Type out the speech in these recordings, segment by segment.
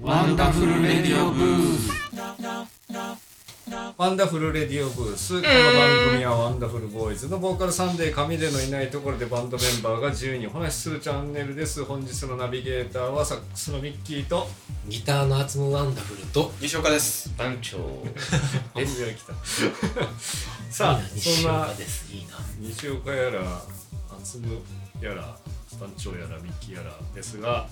ワンダフルレディオブースワンダフルレディオブース、この番組はワンダフルボーイズのボーカルサンデー神でのいないところでバンドメンバーが自由にお話しするチャンネルです本日のナビゲーターはサックスのミッキーとギターの厚むワンダフルと西岡です。番 長本部屋来たさあそんなですいいな西岡やら厚むやら団長やらミッキーやらですが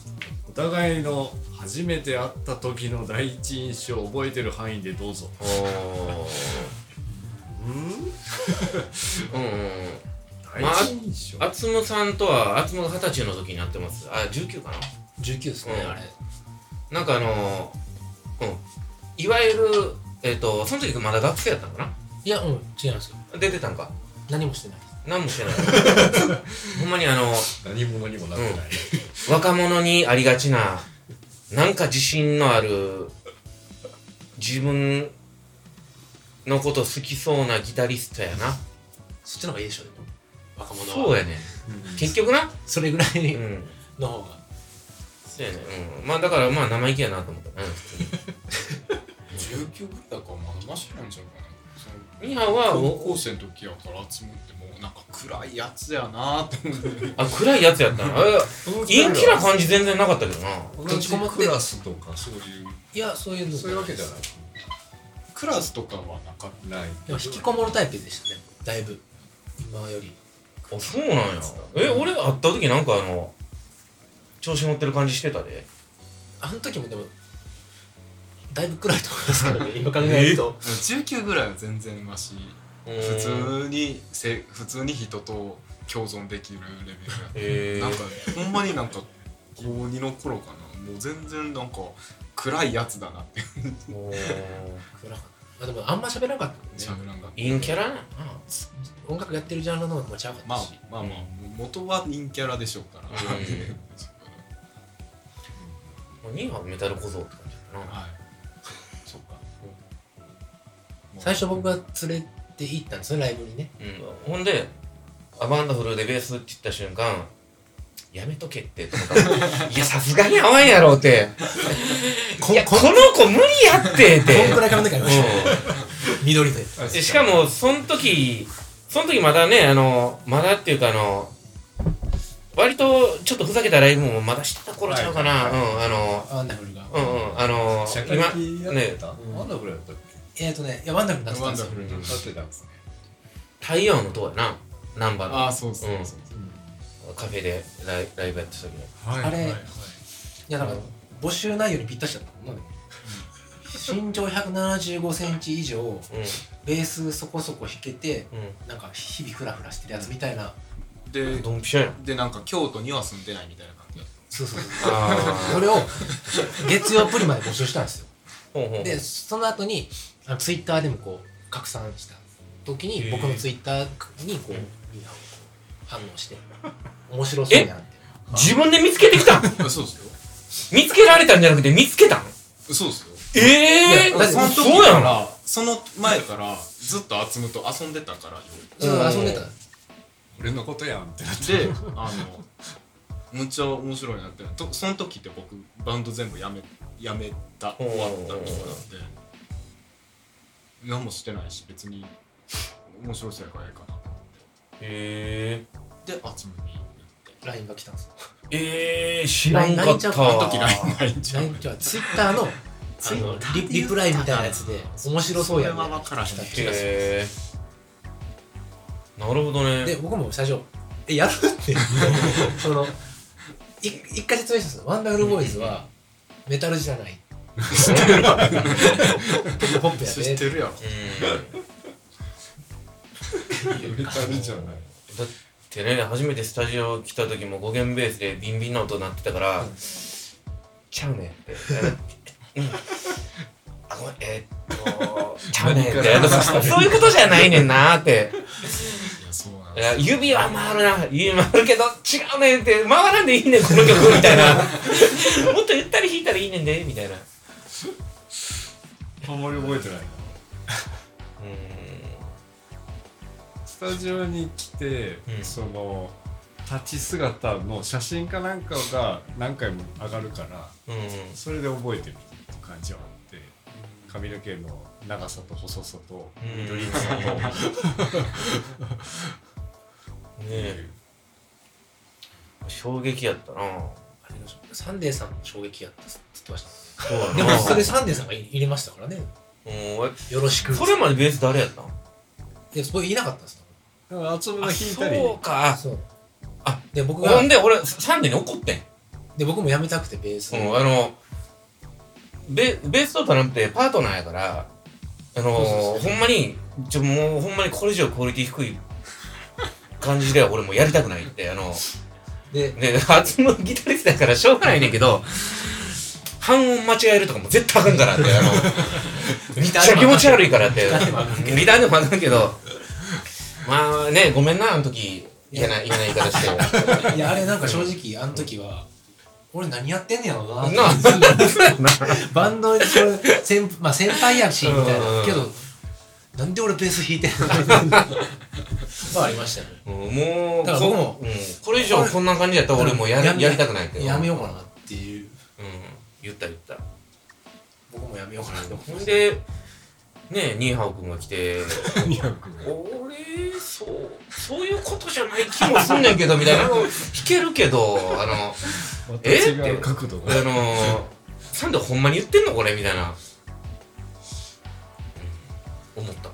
お互いの初めて会った時の第一印象を覚えてる範囲でどうぞおお。うんうん第一印象、うん。厚むさんとは厚むが二十歳の時になってます。あ、19かな。 19ですね、うんあれなんかあのー、うん。いわゆるえっ、とその時まだ学生やったのかいやうん違いますよな。出てたんか。何もしてない何もしてない。 ほんまにあの何者にもなってない、若者にありがちななんか自信のある自分のこと好きそうなギタリストやな。そっちの方がいいでしょでも若者はそうやね。結局な。それぐらういん。の方がそうやね、うん、まあだからまあ生意気やなと思ったね19ぐらいだからまだマシなんじゃないそのミハは高お校生の時やから集まってもうなんか暗いやつやなって思ってあ暗いやつやったなあ陰気な感じ全然なかったけどな同じクラスとかそういういやそういうのそういうわけじゃクラスとかはなかっないないでも引きこもるタイプでしたねだいぶ今よりあそうなんやえ俺会った時なんかあの調子乗ってる感じしてたであの時もでもだいぶ暗いと思いますけどね今考えると19ぐらいは全然マシうん普通にせ普通に人と共存できるレベえルやー、なんかほんまになんか高2の頃かなもう全然なんか暗いやつだなっておー暗かったあでもあんま喋らなかったもん喋ねらんかった陰キャラなのか音楽やってるジャンルの方がちゃうかったまあし、まあまあ元は陰キャラでしょうから、 うなミハはメタル小僧って感じだなはい。そうか。最初僕が連れて行ったんですねライブにねうん、ほんで「アバンダフルでベース」って言った瞬間「やめとけ」って 言ったからいやさすがに合わんやろ」って「いやこの子無理やって」っこてんくらいからの時ありましたね緑でうんでしかもその時その時まだねあのまだっていうかあの割とちょっとふざけたライブもまだしてた頃ちゃうかな、うんあのワンダフルがうんうんあの社会今的やってねたワンダフルやったっけえっとねいやワンダフルになってたワんンですダよフルに。なってたんですね太陽の塔やなナンバーああ、そうそうそうそう。のカフェでライライブやってた時のはいあれはいはいいやだから募集内容にぴったしだったもんね身長175センチ以上うベースそこそこ弾けてんうんなんか日々フラフラしてるやつみたいなで、ドンピシャやんで、なんか京都には住んでないみたいな感じだっそうそうそうそあ れを月曜プリまで募集したんですよほうほうでその後にあのツイッターでもこう拡散した時に僕のツイッターにこうみんなこう反応して面白そうやんって自分で見つけてきたんた。そうっすよ。見つけられたんじゃなくて見つけたんそうっすよ。ええいやー、だってそそのそう時やかんら、その前からずっと集むと遊んでたから、そう遊んでた俺のことやんってなってで、あの、むっちゃ面白いなって。とその時って僕、バンド全部やめ、やめた、終わったとかなんで、何もしてないし、別に面白そうやからええかなと思えって。で、集むに行って。 LINE が来たんですよー、えー、知らんかった泣いちゃうあ時ラインないんじゃん LINE じゃあツイッターのあのリリプライみたいなやつで面白そうやんみたいそれはな分からへん来たえー、なるほどねで僕も最初「えやる?」って そのい一回説明したんですよワンダフルボーイズはメタルじゃ ない知ってるわポップや知でってるやろうんめたるじゃないだってね初めてスタジオ来た時も5弦ベースでビンビンな音鳴ってたから「ちゃうね」 って「うんあごめんえーっとちゃうね」ってそうそういうことじゃないねんなーって。いやそうなんいや指は回るな指は回るけど違うねんって回らんでいいねんこの曲みたい なもっとゆったり弾いたらいいねんでみたいなうあんまり覚えてないなースタジオに来て、うんその立ち姿の写真かなんかが何回も上がるからうんうんそれで覚えてるって感じはあって髪の毛の長さと細さとうん緑さとねってえいう衝撃やったなあれがサンデーさんも衝撃やったっつってましたそうやなでもそれサンデーさんが入れましたからねうんよろしくえそれまでベース誰やったんで僕いなかったんですよだから厚めがあ引いたりそうかそうあで僕がほんで俺サンデーに怒ってんで僕も辞めたくてベースうん、あのベベースとかなくてパートナーやからあのそうそうそうほんまにちょもうほんまにこれ以上クオリティ低い感じでは俺もうやりたくないってあのでね初のギタリストやからしょうがないねんけど半音間違えるとかも絶対あかんからってあ のめっちゃ気持ち悪いからってギターでもあかんけどまあねごめんなあの時嫌な嫌な言い方して。 いやあれなんか正直あの時は俺何やってんねやろうななあってバンドにそれ先,、まあ、先輩やしみたいうんうんなけどなんで俺ベース弾いてんのまあありましたよねうんもうだから僕もこうんこれ以上こんな感じやったら俺もうやややめやりたくないけどやめようかなっていううん言った言った僕もやめようかなって思いほまんしたでねえニーハオ君が来て200俺そうそういうことじゃない気もすんねんけどみたいな弾けるけどあのまたえって違う角度があのサンデーほんまに言ってんのこれみたいな、うん、思った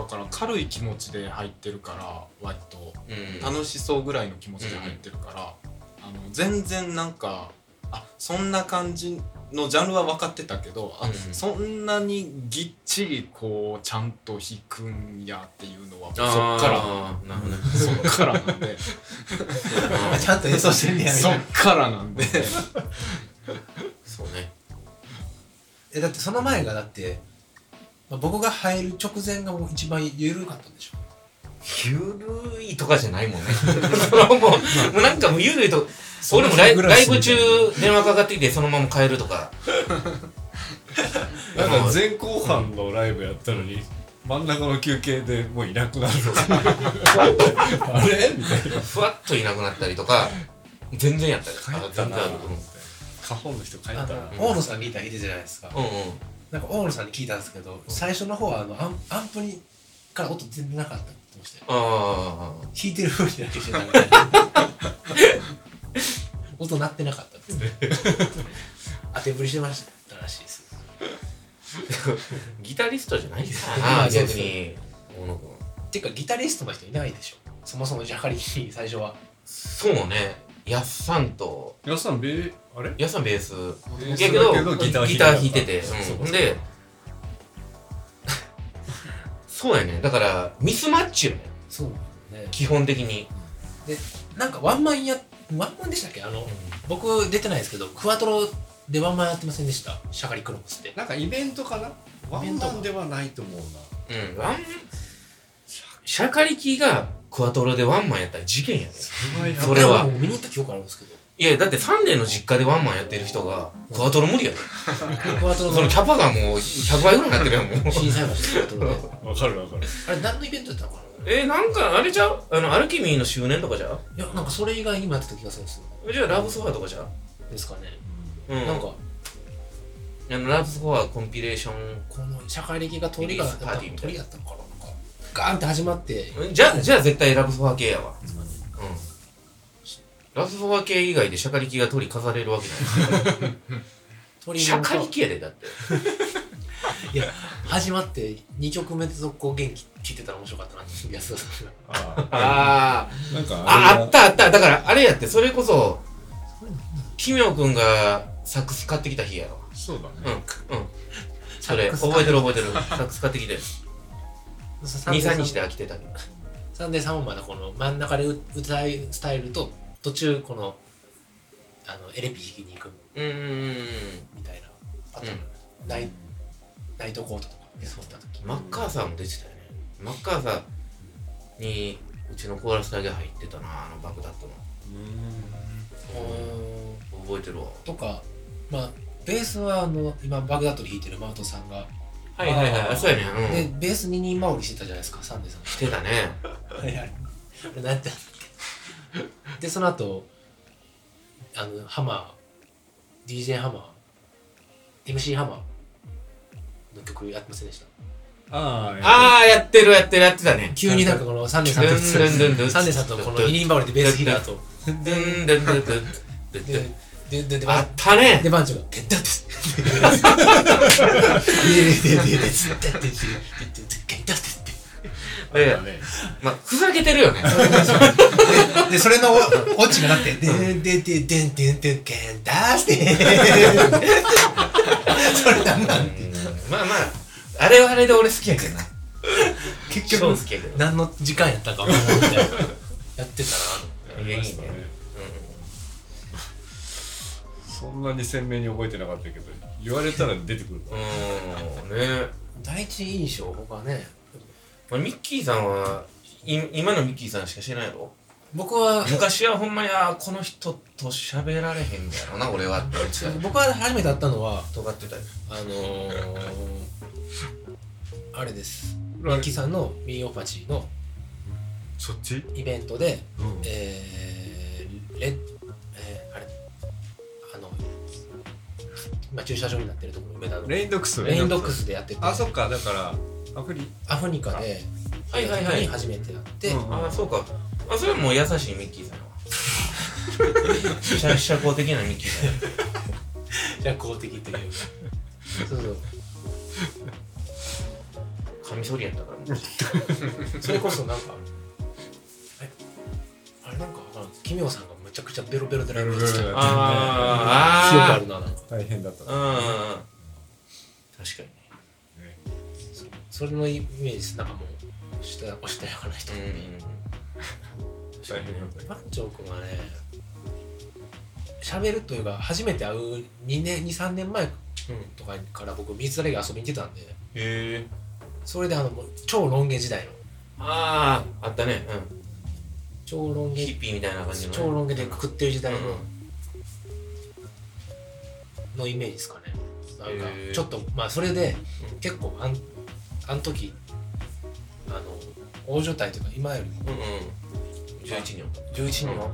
だから軽い気持ちで入ってるから割とうん楽しそうぐらいの気持ちで入ってるから、あの全然なんかあそんな感じのジャンルは分かってたけどあ、うんそんなにぎっちりこうちゃんと弾くんやっていうのはそっかあーなるほどねらそっからなんであちゃんと演奏してんねやみそたいっなからなんでそうねえだってその前がだって、まあ、僕が入る直前がもう一番緩かったんでしょゆるいとかじゃないもんね。それはもう、もうなんかもうゆるいと、俺もライそんなライ人暮ブ中らしみたいな電話かかってきてそのまま帰るとか。なんか前後半のライブやったのに真ん中の休憩でもういなくなるのあれみたいなふわっといなくなったりとか、全然やったりとか。帰ったな全然あるカホンの人帰っあたのな大野さんにいたらいてじゃないですかうんうん。なんか大野さんに聞いたんですけど、最初の方はあのアンアンプにから音全然なかったって言ってましたよああ。弾いてる風にだけしてなかった 音鳴ってなかったっつって 当てぶりしてましたらしいですギタリストじゃないからな、そうそう逆に。大野君。ていうかギタリストの人いないでしょそもそもジャカリに最初はそうね。やっさんと、皆さんベあれやっさんベース。ベースやけどだけどギター弾いてた弾いてて、そううん、でそうやねだからミスマッチよねそうなんね基本的に、なんかワンマンやワンマンでしたっけあの、僕出てないですけどクワトロでワンマンやってませんでしたシャカリクロスってなんかイベントかなワイベンントマンではないと思うなうんワンシャカリキがクワトロでワンマンやったら事件やねそれは僕も見に行った記憶あるんですけどいやだってサンデーの実家でワンマンやってる人がクワトロ無理やでクワトロそののキャパがもう100倍ぐらいになってるやんもう 震災橋のクワトロでわかるわかるあれ何のイベントだったのかなえなんかあれちゃうあのアルキミーの周年とかじゃういやなんかそれ以外にもやってた気がするんですよじゃあラブソファーとかじゃうですかね、うんなんかあのラブソファーコンピレーションこの社会歴が鳥がリリースパーティーみたいな鳥だったのかななんかガーンって始まってじゃあ、じゃあ絶対ラブソファー系やわ。うん。ラブソファー系以外でシャカリキが取り飾れるわけない。鳥シがャカリキやで、だって。いや始まって2曲目で続行元気聞いてたら面白かったなって安田さんがああーなんかあ、ああ、れあったあった。だから、あれやって、それこそ、奇妙くんがサックス買ってきた日やろ。そうだうん、ねうん。それ、サックス買覚えてる覚えてる。サックス買ってきて。 23 2、3日で飽きてたけど。サンデーさんもまだこの真ん中でう歌いスタイルと途中このあのエレピ弾きに行くうーん。みたいなパターン、ナイナイトコートとかやってた時マッカーサーも出てたよね。マッカーサーに、うちのコーラスだけ入ってたな、あのバグダッドの。覚えてるわ。とかまあベースはあの今バグダッドで弾いてるマウトさんが、はいはいはい。あーあそうやね。うん。でベース二人回りしてたじゃないですかサンデーさんしてたね。あれあれあれ何やってたんだっでその後あのハマー DJ ハマー MC ハマーの曲やってませんでしたあーああ、やってるやってるやってた ね。急になんかこのサンデーさんとドゥンドゥンドゥンサンデーさんとこの二輪バウルでベース弾いた後ドゥンドゥンドゥンドゥンドゥンドでゥンででであったねで番長が「てったです」「てったです」「てったです」「てったです」「ていやあれねまあ、ふざけてるよね。でそれのオチがなって「でんでんでんでんでんでんけんだして」それなんなんうんまあまあ、あれはあれで俺好きやけどな。結超好局きやけど。何の時間やったかもうみたいなやってたなやりましたねそんなに鮮明に覚えてなかったけど言われたら出てくるうーん、ね第一印象他ねまあミッキーさんは、い今のミッキーさんしかしてないやろ僕は昔はほんまに、あーこの人と喋られへんやろな、俺はって。僕は初めて会ったのは尖ってたよ。あのー、あれですミッキーさんのミーオパチーのそっちイベントで、うんえー、レッ、えー、あれあの今駐車場になってるところ梅田のレレインドックスインドックスでやっててあそっかだからアフリアフニカではいはいはいやった時に初めてやって、うんああ、そうか。あ、それはもう優しいミッキーさんは。社社交的なミッキーさんや。社交的というかそうそうカミソリやったから。それこそなんかえあれなんかわからん奇妙さんがむちゃくちゃベロベロでライブしてた記憶ああーるななんか大変だったあー。うん。確かにね。それのイメージですなんかもうしたおしたやかな人う。っていうん大変だった番長君はね喋るというか初めて会う2年23年前とかから僕美術大学遊びに行ってたんでへえ。それであのもう超ロン毛時代のああ、あったね。うん。超ロンヒ毛ッピーみたいな感じのね。超ロン毛でくくってる時代の,、うのイメージですかねなんかへえちょっとまあそれで結構あんあの時あの大所帯というか今よりもんうん。うん。11人。 11人おっ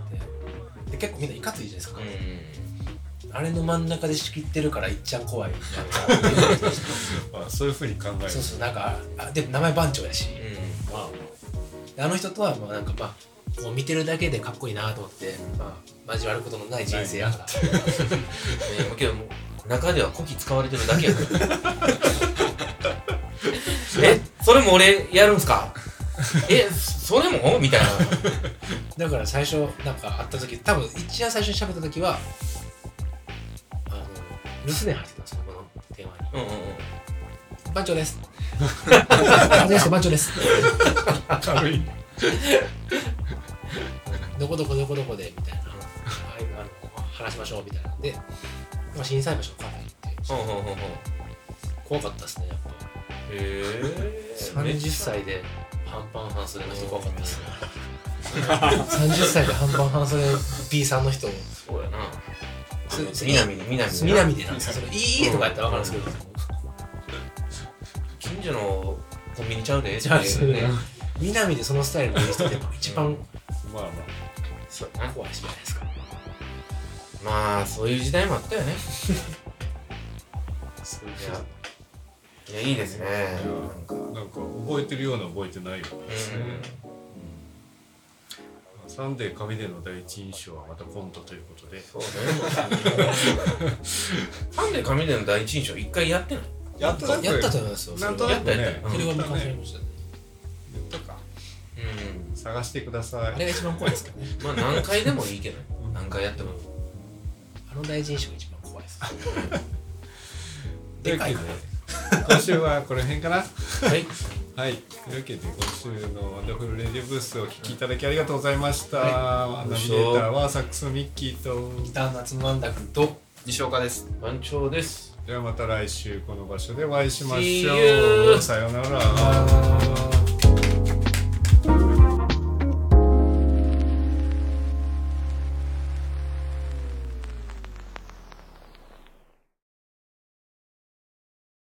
て、で結構みんないかついじゃないですか、うあれの真ん中で仕切ってるからいっちゃん 怖いなんかまあそういうふうに考えるそうそうなんかあでも名前番長やし、ん。うん。まあ、あの人とはまあなんかまあもう見てるだけでかっこいいなと思って、まあ、交わることのない人生やからねえ、けどもう中ではこき使われてるだけ やからえそれも俺やるんすかえそれもみたいなだから最初なんか会った時多分一番最初に喋った時はあの留守電入ってたんですよこの電話にうんうんうん「番長です」「です番長です」軽い「どこどこどこどこで」みたいな「あ今あの話しましょう」みたいなんでまあ心斎橋のカフェ行ってほんほんほんほん怖かったですねやっぱへえ30歳で半パン半袖の人怖かったっすね30歳で半パン半袖 B さんの人そうやなすす南に南に南でなんですよそれいい家とかやったら分かるんですけど近所のコンビニちゃうでじゃあってそいうれね南でそのスタイルのいい人ってやっぱ一番 まあまあそうやな怖い人じゃないですかまあそういう時代もあったよねいやいやいいですねなんかなんか覚えてるような覚えてないようなですね、うまあサンデー神での第一印象はまたコントということでそうねなんで紙での第一印象一回やってないやっやったと思いますよなんとそれなはくやったやっねたテレやワっークた始めねましたね言ったかうん探してくださあいれが一番怖いですけどねまあ何回でもいいけどね何回やってもあの第一印象が一番怖いです でかいからねというわけで今週はこの辺かなはいはい、というわけで今週のワンダフルレディオブースをお聞きいただきありがとうございました、ナビゲーターはサックスミッキーとギターの夏のなんだくんと西岡です番長ですではまた来週この場所でお会いしまし See ょ you うさようならあー